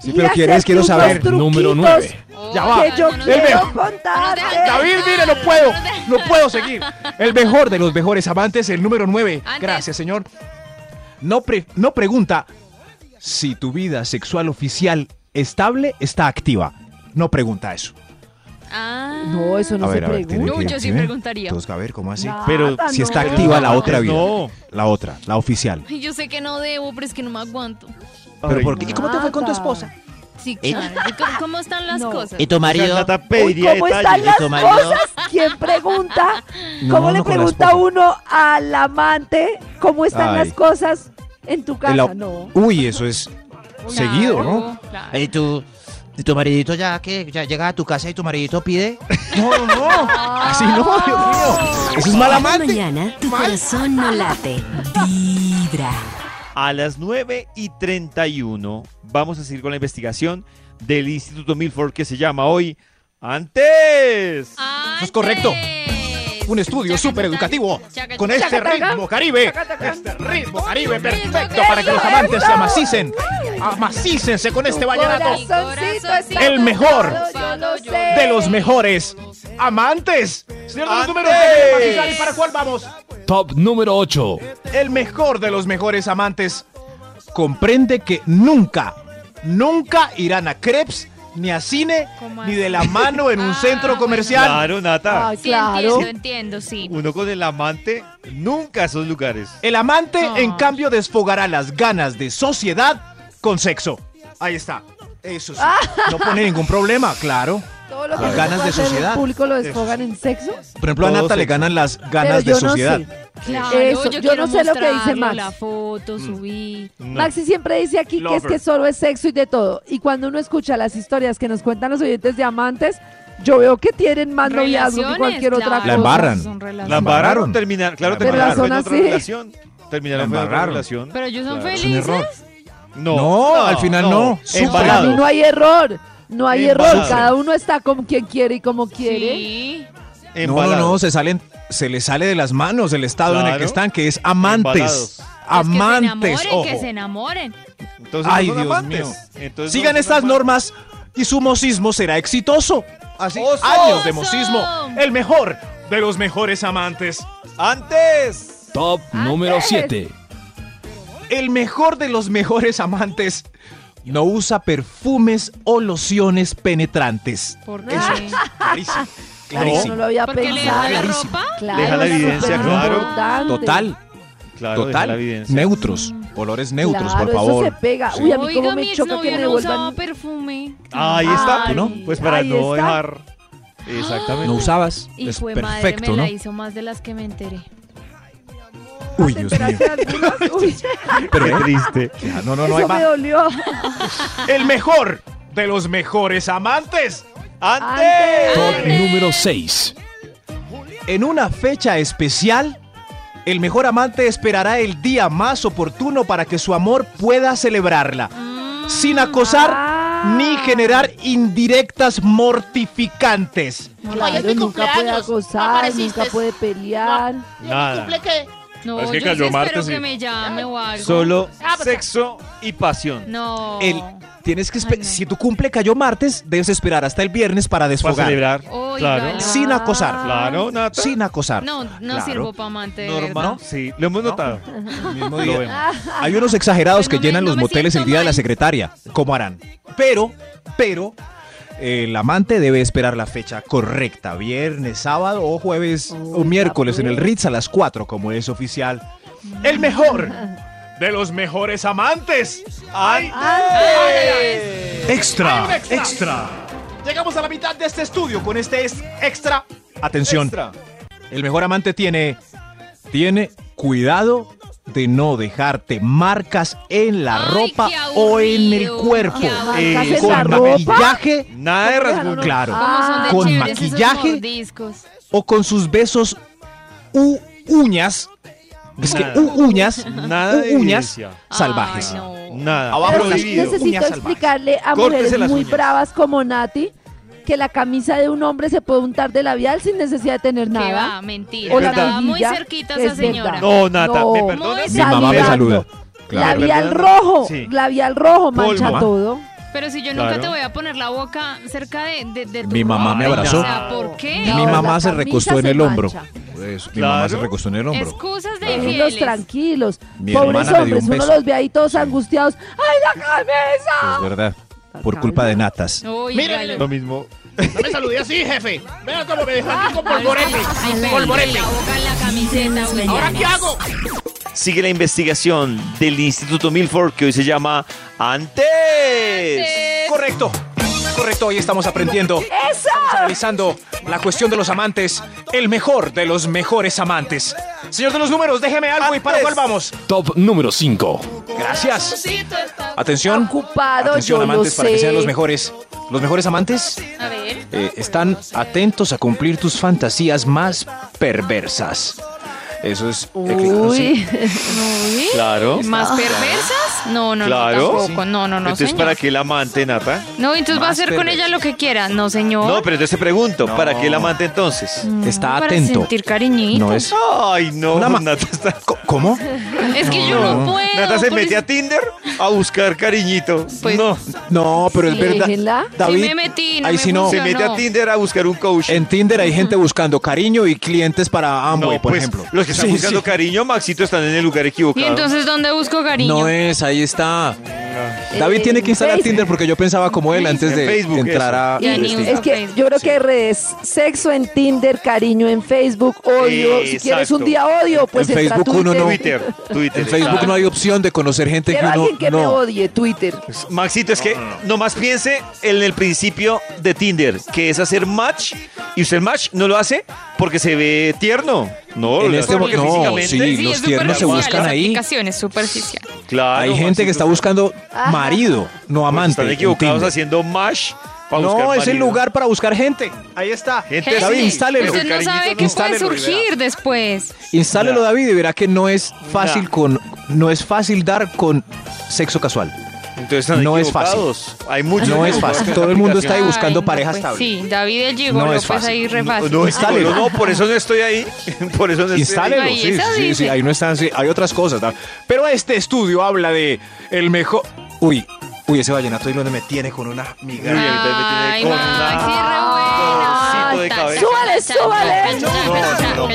[SPEAKER 5] Sí, pero quieres, quiero saber.
[SPEAKER 9] Número 9.
[SPEAKER 5] Ya
[SPEAKER 4] Que
[SPEAKER 5] va.
[SPEAKER 4] yo
[SPEAKER 6] Oh, No nos
[SPEAKER 4] quiero
[SPEAKER 5] dejan.
[SPEAKER 4] contarte.
[SPEAKER 5] David, mire, no puedo, no puedo seguir. El mejor de los mejores amantes, el número 9.
[SPEAKER 6] Antes.
[SPEAKER 5] Gracias, señor. No, pre- no pregunta si tu vida sexual oficial estable está activa. No pregunta eso.
[SPEAKER 6] Ah.
[SPEAKER 4] No, eso no se pregunta.
[SPEAKER 6] No, que- yo sí preguntaría.
[SPEAKER 5] ¿Eh? Entonces, a ver, ¿cómo así?
[SPEAKER 4] Nada,
[SPEAKER 3] Pero
[SPEAKER 5] si está
[SPEAKER 4] no.
[SPEAKER 5] activa la otra vida.
[SPEAKER 3] No.
[SPEAKER 5] La otra, la oficial.
[SPEAKER 6] Ay, Yo sé que no debo, pero es que no me aguanto.
[SPEAKER 5] Pero ¿por qué?
[SPEAKER 4] ¿Y cómo te fue con tu esposa?
[SPEAKER 6] Sí,
[SPEAKER 5] Eh.
[SPEAKER 6] claro. ¿Y cómo, cómo están las
[SPEAKER 4] No.
[SPEAKER 6] cosas?
[SPEAKER 8] tu
[SPEAKER 3] Nata
[SPEAKER 4] Uy,
[SPEAKER 3] pediría
[SPEAKER 4] ¿Cómo están
[SPEAKER 3] detalles.
[SPEAKER 4] las
[SPEAKER 8] tu marido.
[SPEAKER 4] cosas? ¿Quién pregunta?
[SPEAKER 5] No,
[SPEAKER 4] ¿Cómo le
[SPEAKER 5] no con la
[SPEAKER 4] pregunta
[SPEAKER 5] esposa.
[SPEAKER 4] uno al amante cómo están
[SPEAKER 5] Ay.
[SPEAKER 4] las cosas en tu casa?
[SPEAKER 5] En la-
[SPEAKER 4] No.
[SPEAKER 5] Uy, eso es seguido, ¿no?
[SPEAKER 6] Claro.
[SPEAKER 8] Ah, ¿Y tu, y tu maridito ya que ya llega a tu casa y tu maridito pide?
[SPEAKER 5] No, no, no. Así no, Dios
[SPEAKER 6] Ah.
[SPEAKER 5] mío. Eso es mal
[SPEAKER 1] Cada
[SPEAKER 5] amante.
[SPEAKER 1] mañana tu corazón no late, vibra.
[SPEAKER 3] A las 9 y 31 vamos a seguir con la investigación del Instituto Milford que se llama hoy Antes.
[SPEAKER 5] Eso es correcto.
[SPEAKER 6] Antes.
[SPEAKER 5] Un estudio
[SPEAKER 6] Chaca,
[SPEAKER 5] súper
[SPEAKER 6] chaca,
[SPEAKER 5] educativo.
[SPEAKER 6] chaca,
[SPEAKER 5] Con
[SPEAKER 6] chaca,
[SPEAKER 5] este ritmo caribe. Este ritmo caribe perfecto para que los amantes se amacicen. Amacícense con este vallenato.
[SPEAKER 4] Corazoncito está
[SPEAKER 5] El mejor
[SPEAKER 4] yo lo sé.
[SPEAKER 5] De los mejores amantes. Señor de los números,
[SPEAKER 3] Antes.
[SPEAKER 5] ¿qué quiere matizar y para cuál vamos?
[SPEAKER 9] Top número 8.
[SPEAKER 5] El mejor de los mejores amantes. Comprende que nunca, nunca irán a crepes, ni a cine,
[SPEAKER 6] ¿Cómo
[SPEAKER 5] ni
[SPEAKER 6] así?
[SPEAKER 5] de la mano en un
[SPEAKER 6] Ah,
[SPEAKER 5] centro
[SPEAKER 6] bueno.
[SPEAKER 5] comercial.
[SPEAKER 3] Claro,
[SPEAKER 5] Ah,
[SPEAKER 3] Nata.
[SPEAKER 4] Ay,
[SPEAKER 6] Sí,
[SPEAKER 4] Ah, claro.
[SPEAKER 6] entiendo, entiendo, sí.
[SPEAKER 3] Uno con el amante nunca a esos lugares.
[SPEAKER 4] Eh,
[SPEAKER 5] El amante,
[SPEAKER 6] Ah.
[SPEAKER 5] en cambio, desfogará las ganas de sociedad con sexo. Ahí está. Eso sí. No pone ningún problema, claro.
[SPEAKER 4] Todo lo que
[SPEAKER 5] Las
[SPEAKER 4] se
[SPEAKER 5] Ah. ganas
[SPEAKER 4] puede
[SPEAKER 5] de
[SPEAKER 4] hacer en
[SPEAKER 5] sociedad.
[SPEAKER 4] público lo desfogan en sexo.
[SPEAKER 5] Por ejemplo, a
[SPEAKER 3] Todo
[SPEAKER 5] Nata le
[SPEAKER 3] sexo.
[SPEAKER 5] ganan las
[SPEAKER 4] Pero
[SPEAKER 5] ganas de
[SPEAKER 4] yo no
[SPEAKER 5] sociedad.
[SPEAKER 4] sé.
[SPEAKER 6] Claro,
[SPEAKER 4] Eso,
[SPEAKER 6] yo,
[SPEAKER 4] yo no
[SPEAKER 6] quiero
[SPEAKER 4] sé lo que dice
[SPEAKER 6] mostrarlo,
[SPEAKER 4] Max.
[SPEAKER 6] La foto,
[SPEAKER 5] Mm.
[SPEAKER 6] subí.
[SPEAKER 3] No.
[SPEAKER 4] Maxi siempre dice aquí que es
[SPEAKER 3] Lover.
[SPEAKER 4] que solo es sexo y de todo. Y cuando uno escucha las historias que nos cuentan los oyentes de amantes, yo veo que tienen más noviazgo que
[SPEAKER 6] Relaciones,
[SPEAKER 4] cualquier otra
[SPEAKER 6] claro,
[SPEAKER 4] cosa.
[SPEAKER 5] La embarran.
[SPEAKER 6] son relaciones.
[SPEAKER 3] La
[SPEAKER 5] embarraron.
[SPEAKER 3] embarraron, terminaron. Claro,
[SPEAKER 5] La
[SPEAKER 3] terminaron fue en
[SPEAKER 4] embarraron.
[SPEAKER 3] otra relación. Terminaron
[SPEAKER 5] La
[SPEAKER 3] fue en otra
[SPEAKER 5] embarraron.
[SPEAKER 3] relación.
[SPEAKER 6] Pero ellos son
[SPEAKER 3] Claro.
[SPEAKER 5] Es un error.
[SPEAKER 6] felices.
[SPEAKER 3] No,
[SPEAKER 5] No, al final no. Súper.
[SPEAKER 4] Para mí
[SPEAKER 3] Embalados.
[SPEAKER 4] no hay error. No hay error.
[SPEAKER 3] Embalados.
[SPEAKER 4] Cada uno está con quien quiere y como quiere.
[SPEAKER 6] Sí. pues
[SPEAKER 5] No, no,
[SPEAKER 3] Embalados.
[SPEAKER 5] no, se salen, se les sale de las manos el estado en el que
[SPEAKER 3] Claro.
[SPEAKER 5] están, que es amantes.
[SPEAKER 3] Embalados.
[SPEAKER 6] Pues
[SPEAKER 5] Amantes,
[SPEAKER 6] que se enamoren,
[SPEAKER 5] ojo.
[SPEAKER 6] que se enamoren.
[SPEAKER 3] Entonces,
[SPEAKER 5] Ay,
[SPEAKER 3] no son
[SPEAKER 5] Dios
[SPEAKER 3] amantes.
[SPEAKER 5] mío.
[SPEAKER 3] Entonces,
[SPEAKER 5] Sigan
[SPEAKER 3] no son
[SPEAKER 5] estas
[SPEAKER 3] amantes.
[SPEAKER 5] normas y su mocismo será exitoso. Así,
[SPEAKER 3] ¡Oso!
[SPEAKER 5] años de
[SPEAKER 6] ¡Oso!
[SPEAKER 5] mocismo, el mejor de los mejores amantes,
[SPEAKER 3] Antes.
[SPEAKER 9] Top número
[SPEAKER 4] Antes.
[SPEAKER 9] 7.
[SPEAKER 5] el mejor de los mejores amantes. No usa perfumes o lociones penetrantes.
[SPEAKER 6] ¿Por qué?
[SPEAKER 4] Eso
[SPEAKER 5] Clarísimo.
[SPEAKER 4] Claro, no
[SPEAKER 5] Clarísimo.
[SPEAKER 4] lo había
[SPEAKER 6] Porque le
[SPEAKER 4] pensado.
[SPEAKER 6] da la
[SPEAKER 5] Clarísimo.
[SPEAKER 6] ropa.
[SPEAKER 4] Claro,
[SPEAKER 3] Deja la
[SPEAKER 4] es
[SPEAKER 3] evidencia, claro.
[SPEAKER 4] superimportante.
[SPEAKER 5] Total,
[SPEAKER 3] Claro, deja la
[SPEAKER 5] total.
[SPEAKER 3] evidencia.
[SPEAKER 5] Neutros, olores neutros,
[SPEAKER 4] Claro,
[SPEAKER 5] por favor.
[SPEAKER 4] Eso se pega.
[SPEAKER 5] Sí.
[SPEAKER 4] Uy, a mí como
[SPEAKER 6] Oiga, mi
[SPEAKER 4] me choca que
[SPEAKER 6] exnovio
[SPEAKER 4] me
[SPEAKER 6] no usaba
[SPEAKER 4] devuelvan.
[SPEAKER 6] perfume.
[SPEAKER 3] Ahí está.
[SPEAKER 6] Ay,
[SPEAKER 5] ¿no?
[SPEAKER 3] Pues para
[SPEAKER 4] ahí
[SPEAKER 3] no
[SPEAKER 4] está.
[SPEAKER 3] dejar. Exactamente.
[SPEAKER 5] No usabas.
[SPEAKER 6] Y
[SPEAKER 5] es
[SPEAKER 6] fue madre,
[SPEAKER 5] perfecto,
[SPEAKER 6] me la
[SPEAKER 5] ¿no?
[SPEAKER 6] hizo más de las que me enteré.
[SPEAKER 5] Uy,
[SPEAKER 4] ¿Te
[SPEAKER 5] Dios mío.
[SPEAKER 4] enteraste de algunas? Uy,
[SPEAKER 5] Pero
[SPEAKER 3] Qué triste.
[SPEAKER 5] Ya, no, no, no. ahí
[SPEAKER 4] eso
[SPEAKER 5] va.
[SPEAKER 4] me dolió.
[SPEAKER 5] El mejor de los mejores amantes.
[SPEAKER 3] Antes.
[SPEAKER 9] Top número 6.
[SPEAKER 5] En una fecha especial, el mejor amante esperará el día más oportuno para que su amor pueda celebrarla,
[SPEAKER 3] Mm.
[SPEAKER 5] sin acosar
[SPEAKER 4] Ah.
[SPEAKER 5] ni generar indirectas mortificantes.
[SPEAKER 7] Hoy es mi
[SPEAKER 4] nunca puede
[SPEAKER 7] cumpleaños. No
[SPEAKER 4] acosar,
[SPEAKER 7] apareciste.
[SPEAKER 4] nunca puede pelear.
[SPEAKER 3] Nada.
[SPEAKER 7] ¿Cumple qué?
[SPEAKER 6] No,
[SPEAKER 3] Es que
[SPEAKER 6] yo
[SPEAKER 3] cayó
[SPEAKER 6] sí espero
[SPEAKER 3] martes
[SPEAKER 6] que
[SPEAKER 3] y-
[SPEAKER 6] me llame o algo.
[SPEAKER 3] Solo
[SPEAKER 7] Ah, pues-
[SPEAKER 3] sexo y pasión.
[SPEAKER 6] No.
[SPEAKER 5] El- tienes que espe-
[SPEAKER 6] Ay, no.
[SPEAKER 5] si tu cumple cayó martes, debes esperar hasta el viernes para
[SPEAKER 3] Para
[SPEAKER 5] desfogar,
[SPEAKER 3] celebrar.
[SPEAKER 6] Oiga,
[SPEAKER 3] Claro.
[SPEAKER 6] la-
[SPEAKER 5] sin
[SPEAKER 6] Ah.
[SPEAKER 5] acosar,
[SPEAKER 3] Claro, Nata.
[SPEAKER 5] sin acosar.
[SPEAKER 6] No, no
[SPEAKER 5] Claro.
[SPEAKER 6] sirvo para amante. de
[SPEAKER 3] Normal.
[SPEAKER 6] verdad.
[SPEAKER 3] Sí, lo hemos notado.
[SPEAKER 5] Mismo
[SPEAKER 3] Lo
[SPEAKER 5] día.
[SPEAKER 3] vemos.
[SPEAKER 5] Hay unos exagerados
[SPEAKER 6] Bueno,
[SPEAKER 5] que llenan
[SPEAKER 6] me- no
[SPEAKER 5] los
[SPEAKER 6] me
[SPEAKER 5] moteles el
[SPEAKER 6] siento
[SPEAKER 5] día de la
[SPEAKER 6] mal.
[SPEAKER 5] secretaria. ¿Cómo harán? Pero, pero, el amante debe esperar la fecha correcta. Viernes, sábado o jueves o
[SPEAKER 4] Uy,
[SPEAKER 5] miércoles en
[SPEAKER 4] papi.
[SPEAKER 5] el Ritz a las 4, como es oficial. El mejor de los mejores amantes. Extra, extra. Llegamos a la mitad de este estudio con este es- extra. Atención.
[SPEAKER 3] Extra.
[SPEAKER 5] El mejor amante tiene. Tiene cuidado de no dejarte marcas en la
[SPEAKER 6] Ay,
[SPEAKER 5] ropa
[SPEAKER 6] qué
[SPEAKER 5] o en el
[SPEAKER 6] aburrido,
[SPEAKER 5] cuerpo.
[SPEAKER 6] qué aburrido.
[SPEAKER 4] Eh,
[SPEAKER 5] Y
[SPEAKER 4] ¿Marcas en
[SPEAKER 5] con
[SPEAKER 4] la ropa?
[SPEAKER 5] maquillaje
[SPEAKER 3] Nada de
[SPEAKER 4] Dejan
[SPEAKER 3] rasguño.
[SPEAKER 4] unos-
[SPEAKER 5] Claro.
[SPEAKER 6] ¿Cómo son de
[SPEAKER 4] Ah,
[SPEAKER 5] Con
[SPEAKER 6] chéveres esos
[SPEAKER 5] maquillaje.
[SPEAKER 6] mordiscos?
[SPEAKER 5] o con sus besos u uñas. Es que
[SPEAKER 3] Nada.
[SPEAKER 5] u uñas,
[SPEAKER 3] Nada de
[SPEAKER 5] u uñas
[SPEAKER 3] evidencia.
[SPEAKER 5] salvajes.
[SPEAKER 6] Ay, no.
[SPEAKER 3] Nada.
[SPEAKER 5] Abajo
[SPEAKER 4] Pero
[SPEAKER 5] de
[SPEAKER 4] sí
[SPEAKER 5] Prohibido.
[SPEAKER 4] necesito
[SPEAKER 5] Uñas salvajes.
[SPEAKER 4] explicarle a
[SPEAKER 3] Córtese
[SPEAKER 4] mujeres
[SPEAKER 3] las
[SPEAKER 4] muy
[SPEAKER 3] uñas.
[SPEAKER 4] bravas como Nati que la camisa de un hombre se puede untar de labial sin necesidad de tener
[SPEAKER 6] Que va,
[SPEAKER 4] nada.
[SPEAKER 6] mentira.
[SPEAKER 4] O la
[SPEAKER 6] Estaba muy
[SPEAKER 4] mejilla,
[SPEAKER 6] cerquita
[SPEAKER 4] que
[SPEAKER 6] esa
[SPEAKER 4] es
[SPEAKER 6] señora.
[SPEAKER 4] verdad.
[SPEAKER 3] No, Nata,
[SPEAKER 4] No.
[SPEAKER 3] ¿me
[SPEAKER 6] Muy
[SPEAKER 3] perdonas?
[SPEAKER 5] Mi mamá me
[SPEAKER 4] Salivando.
[SPEAKER 5] saluda. Claro.
[SPEAKER 4] Labial
[SPEAKER 3] ¿Verdad?
[SPEAKER 4] rojo,
[SPEAKER 3] Sí.
[SPEAKER 4] labial rojo mancha
[SPEAKER 5] Polvo.
[SPEAKER 4] todo.
[SPEAKER 6] Pero si yo
[SPEAKER 3] Claro.
[SPEAKER 6] nunca te voy a poner la boca cerca de, de, de tu
[SPEAKER 5] Mi mamá me
[SPEAKER 6] ropa,
[SPEAKER 5] abrazó.
[SPEAKER 6] O sea, ¿por qué?
[SPEAKER 5] Mi
[SPEAKER 4] No,
[SPEAKER 5] mamá
[SPEAKER 4] la
[SPEAKER 5] se
[SPEAKER 4] camisa
[SPEAKER 5] recostó en
[SPEAKER 4] se
[SPEAKER 5] el hombro.
[SPEAKER 4] mancha.
[SPEAKER 5] Eso, Pues, Mi mamá
[SPEAKER 3] Claro.
[SPEAKER 5] se recostó en el hombro.
[SPEAKER 6] Excusas de
[SPEAKER 4] Tranquilos,
[SPEAKER 6] infieles.
[SPEAKER 4] tranquilos.
[SPEAKER 5] Mi
[SPEAKER 4] Pobres
[SPEAKER 5] hermana me dio
[SPEAKER 4] hombres,
[SPEAKER 5] un
[SPEAKER 4] uno
[SPEAKER 5] beso.
[SPEAKER 4] los ve ahí todos angustiados. ¡Ay, la camisa!
[SPEAKER 5] Es verdad. Por culpa de natas.
[SPEAKER 6] Oiga,
[SPEAKER 3] Lo mismo.
[SPEAKER 7] No me saludé así, jefe. Vean cómo me dejó aquí con polvorete.
[SPEAKER 6] Polvorete.
[SPEAKER 7] Polvorete.
[SPEAKER 6] La boca en la camiseta, güey.
[SPEAKER 7] ¿Ahora qué hago?
[SPEAKER 3] Sigue la investigación del Instituto Milford que hoy se llama Antes.
[SPEAKER 5] Correcto, correcto, hoy estamos aprendiendo. Estamos analizando la cuestión de los amantes, el mejor de los mejores amantes. Señor de los números, déjeme algo y para cuál vamos.
[SPEAKER 9] Top número 5.
[SPEAKER 5] Gracias. Atención.
[SPEAKER 4] Ocupado,
[SPEAKER 5] Atención,
[SPEAKER 4] yo
[SPEAKER 5] amantes,
[SPEAKER 4] lo
[SPEAKER 5] para que
[SPEAKER 4] sé.
[SPEAKER 5] sean los mejores. Los mejores amantes
[SPEAKER 6] A ver.
[SPEAKER 5] eh, están atentos a cumplir tus fantasías más perversas. Eso es. eh, claro, sí.
[SPEAKER 4] Uy,
[SPEAKER 6] Uy.
[SPEAKER 3] Claro.
[SPEAKER 6] ¿Más
[SPEAKER 5] Ah.
[SPEAKER 6] perversas? No, no,
[SPEAKER 3] Claro.
[SPEAKER 6] no, tampoco. No, no, no,
[SPEAKER 3] Entonces,
[SPEAKER 6] señor.
[SPEAKER 3] ¿para qué el amante, Nata?
[SPEAKER 6] No, entonces va a
[SPEAKER 5] Más
[SPEAKER 6] hacer con
[SPEAKER 5] perversas.
[SPEAKER 6] ella lo que quiera. No, Mm. señor.
[SPEAKER 3] No, pero entonces te pregunto,
[SPEAKER 5] No.
[SPEAKER 3] ¿para qué el amante entonces?
[SPEAKER 5] Está
[SPEAKER 6] Para
[SPEAKER 5] atento.
[SPEAKER 6] sentir cariñito.
[SPEAKER 5] No es.
[SPEAKER 3] Ay, no,
[SPEAKER 5] Una ma-
[SPEAKER 3] Nata está...
[SPEAKER 5] Co- ¿Cómo?
[SPEAKER 6] Es que yo no puedo.
[SPEAKER 3] Nata se
[SPEAKER 6] por
[SPEAKER 3] mete
[SPEAKER 6] eso-
[SPEAKER 3] a Tinder a buscar cariñito.
[SPEAKER 6] Pues-
[SPEAKER 3] no.
[SPEAKER 5] No, pero es verdad.
[SPEAKER 4] Déjenla.
[SPEAKER 5] David,
[SPEAKER 6] Sí me metí, no
[SPEAKER 5] ahí
[SPEAKER 6] me
[SPEAKER 5] sí no.
[SPEAKER 3] Se mete a
[SPEAKER 6] no.
[SPEAKER 3] Tinder a buscar un coach.
[SPEAKER 5] En Tinder hay gente buscando cariño y clientes para Amway,
[SPEAKER 3] no,
[SPEAKER 5] por
[SPEAKER 3] pues,
[SPEAKER 5] ejemplo.
[SPEAKER 3] Los que están
[SPEAKER 5] Sí,
[SPEAKER 3] buscando
[SPEAKER 5] sí.
[SPEAKER 3] cariño, Maxito, están en el lugar
[SPEAKER 6] ¿Y
[SPEAKER 3] equivocado.
[SPEAKER 6] entonces dónde busco cariño?
[SPEAKER 5] No es, ahí está. David tiene que instalar
[SPEAKER 4] Facebook.
[SPEAKER 5] Tinder porque yo pensaba como él antes de
[SPEAKER 3] En Facebook,
[SPEAKER 5] entrar a
[SPEAKER 6] eso. Y en
[SPEAKER 5] investigar.
[SPEAKER 4] este, Es que yo creo que hay redes, sexo en Tinder, cariño en Facebook, odio, si quieres
[SPEAKER 3] Exacto.
[SPEAKER 4] un día odio, pues
[SPEAKER 5] en
[SPEAKER 4] entra a
[SPEAKER 5] Facebook uno
[SPEAKER 4] Twitter.
[SPEAKER 5] no.
[SPEAKER 3] Twitter, Twitter.
[SPEAKER 5] En Facebook no hay opción de conocer gente
[SPEAKER 4] Quiero
[SPEAKER 5] que
[SPEAKER 4] a
[SPEAKER 5] uno
[SPEAKER 4] alguien que me
[SPEAKER 5] no.
[SPEAKER 4] odie, Twitter.
[SPEAKER 3] Maxito, es que nomás piense en el principio de Tinder, que es hacer match, y usted el match no lo hace porque se ve tierno. No,
[SPEAKER 5] En
[SPEAKER 3] lo
[SPEAKER 5] este
[SPEAKER 3] hace
[SPEAKER 5] mo-
[SPEAKER 3] porque
[SPEAKER 5] no,
[SPEAKER 3] físicamente-
[SPEAKER 5] sí,
[SPEAKER 6] es
[SPEAKER 5] los tiernos se
[SPEAKER 6] superficial,
[SPEAKER 5] buscan
[SPEAKER 6] esa
[SPEAKER 5] ahí.
[SPEAKER 6] aplicación es superficial.
[SPEAKER 3] Claro,
[SPEAKER 5] Hay gente que está
[SPEAKER 3] Maxito,
[SPEAKER 5] buscando
[SPEAKER 4] Ajá.
[SPEAKER 5] marido, no
[SPEAKER 3] porque
[SPEAKER 5] amante.
[SPEAKER 3] Están
[SPEAKER 5] en
[SPEAKER 3] equivocados
[SPEAKER 5] Tinder.
[SPEAKER 3] haciendo match para buscar
[SPEAKER 5] No, es el
[SPEAKER 3] marido.
[SPEAKER 5] lugar para buscar gente. Ahí está.
[SPEAKER 3] Gente,
[SPEAKER 5] David,
[SPEAKER 6] Gente,
[SPEAKER 5] instálelo.
[SPEAKER 6] Usted no sabe qué puede
[SPEAKER 5] Instálelo y verá.
[SPEAKER 6] surgir después.
[SPEAKER 5] Instálelo,
[SPEAKER 3] Ya.
[SPEAKER 5] David, y verá que no es fácil
[SPEAKER 3] Ya.
[SPEAKER 5] con no es fácil dar con sexo casual.
[SPEAKER 3] Entonces están
[SPEAKER 5] No es
[SPEAKER 3] equivocados. Hay muchos
[SPEAKER 5] No es
[SPEAKER 3] equivocados
[SPEAKER 5] fácil.
[SPEAKER 3] en
[SPEAKER 5] Todo el mundo está ahí
[SPEAKER 6] Ay,
[SPEAKER 5] buscando
[SPEAKER 6] no,
[SPEAKER 5] parejas
[SPEAKER 6] pues
[SPEAKER 5] estables.
[SPEAKER 6] Sí, David el Gigolo,
[SPEAKER 5] No es
[SPEAKER 6] pues
[SPEAKER 5] fácil.
[SPEAKER 6] ahí re
[SPEAKER 3] la
[SPEAKER 6] fácil.
[SPEAKER 3] aplicación. No,
[SPEAKER 5] Instálelo.
[SPEAKER 3] no, no, por eso no estoy ahí. Por eso no estoy ahí.
[SPEAKER 5] Instálelo,
[SPEAKER 6] Ay,
[SPEAKER 5] sí,
[SPEAKER 6] eso
[SPEAKER 5] sí, sí,
[SPEAKER 6] dice.
[SPEAKER 5] ahí no están, sí, hay otras cosas. ¿no? Pero este estudio habla de el mejor. Uy, uy, ese vallenato y no me tiene con una
[SPEAKER 3] Uy, a mí
[SPEAKER 5] migraña.
[SPEAKER 3] también me tiene
[SPEAKER 6] Ay,
[SPEAKER 3] con
[SPEAKER 6] Maxi,
[SPEAKER 3] una-
[SPEAKER 6] re
[SPEAKER 3] Dolorcito de
[SPEAKER 6] buena.
[SPEAKER 3] cabeza.
[SPEAKER 4] Súbale, súbale.
[SPEAKER 5] No, no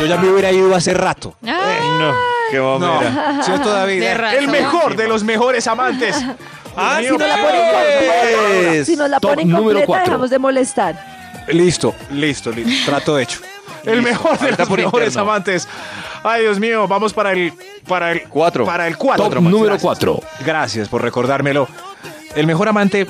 [SPEAKER 5] Yo ya me hubiera ido hace rato.
[SPEAKER 3] Ay, no, qué mamera.
[SPEAKER 5] ¿cierto, David?
[SPEAKER 6] De razón.
[SPEAKER 5] El mejor de los mejores amantes.
[SPEAKER 3] Ah,
[SPEAKER 4] Si nos la ponen
[SPEAKER 5] pues.
[SPEAKER 4] completa, si nos la
[SPEAKER 5] Top
[SPEAKER 4] ponen
[SPEAKER 5] número
[SPEAKER 4] completa
[SPEAKER 5] cuatro.
[SPEAKER 4] dejamos de molestar.
[SPEAKER 5] Listo, listo, listo. Trato hecho. El mejor de
[SPEAKER 3] Ahorita
[SPEAKER 5] los
[SPEAKER 3] por
[SPEAKER 5] mejores
[SPEAKER 3] interno.
[SPEAKER 5] amantes. Ay, Dios mío, vamos para el para el
[SPEAKER 3] Cuatro.
[SPEAKER 5] Para el cuatro.
[SPEAKER 9] Top número
[SPEAKER 5] Gracias.
[SPEAKER 9] 4.
[SPEAKER 5] Gracias por recordármelo. El mejor amante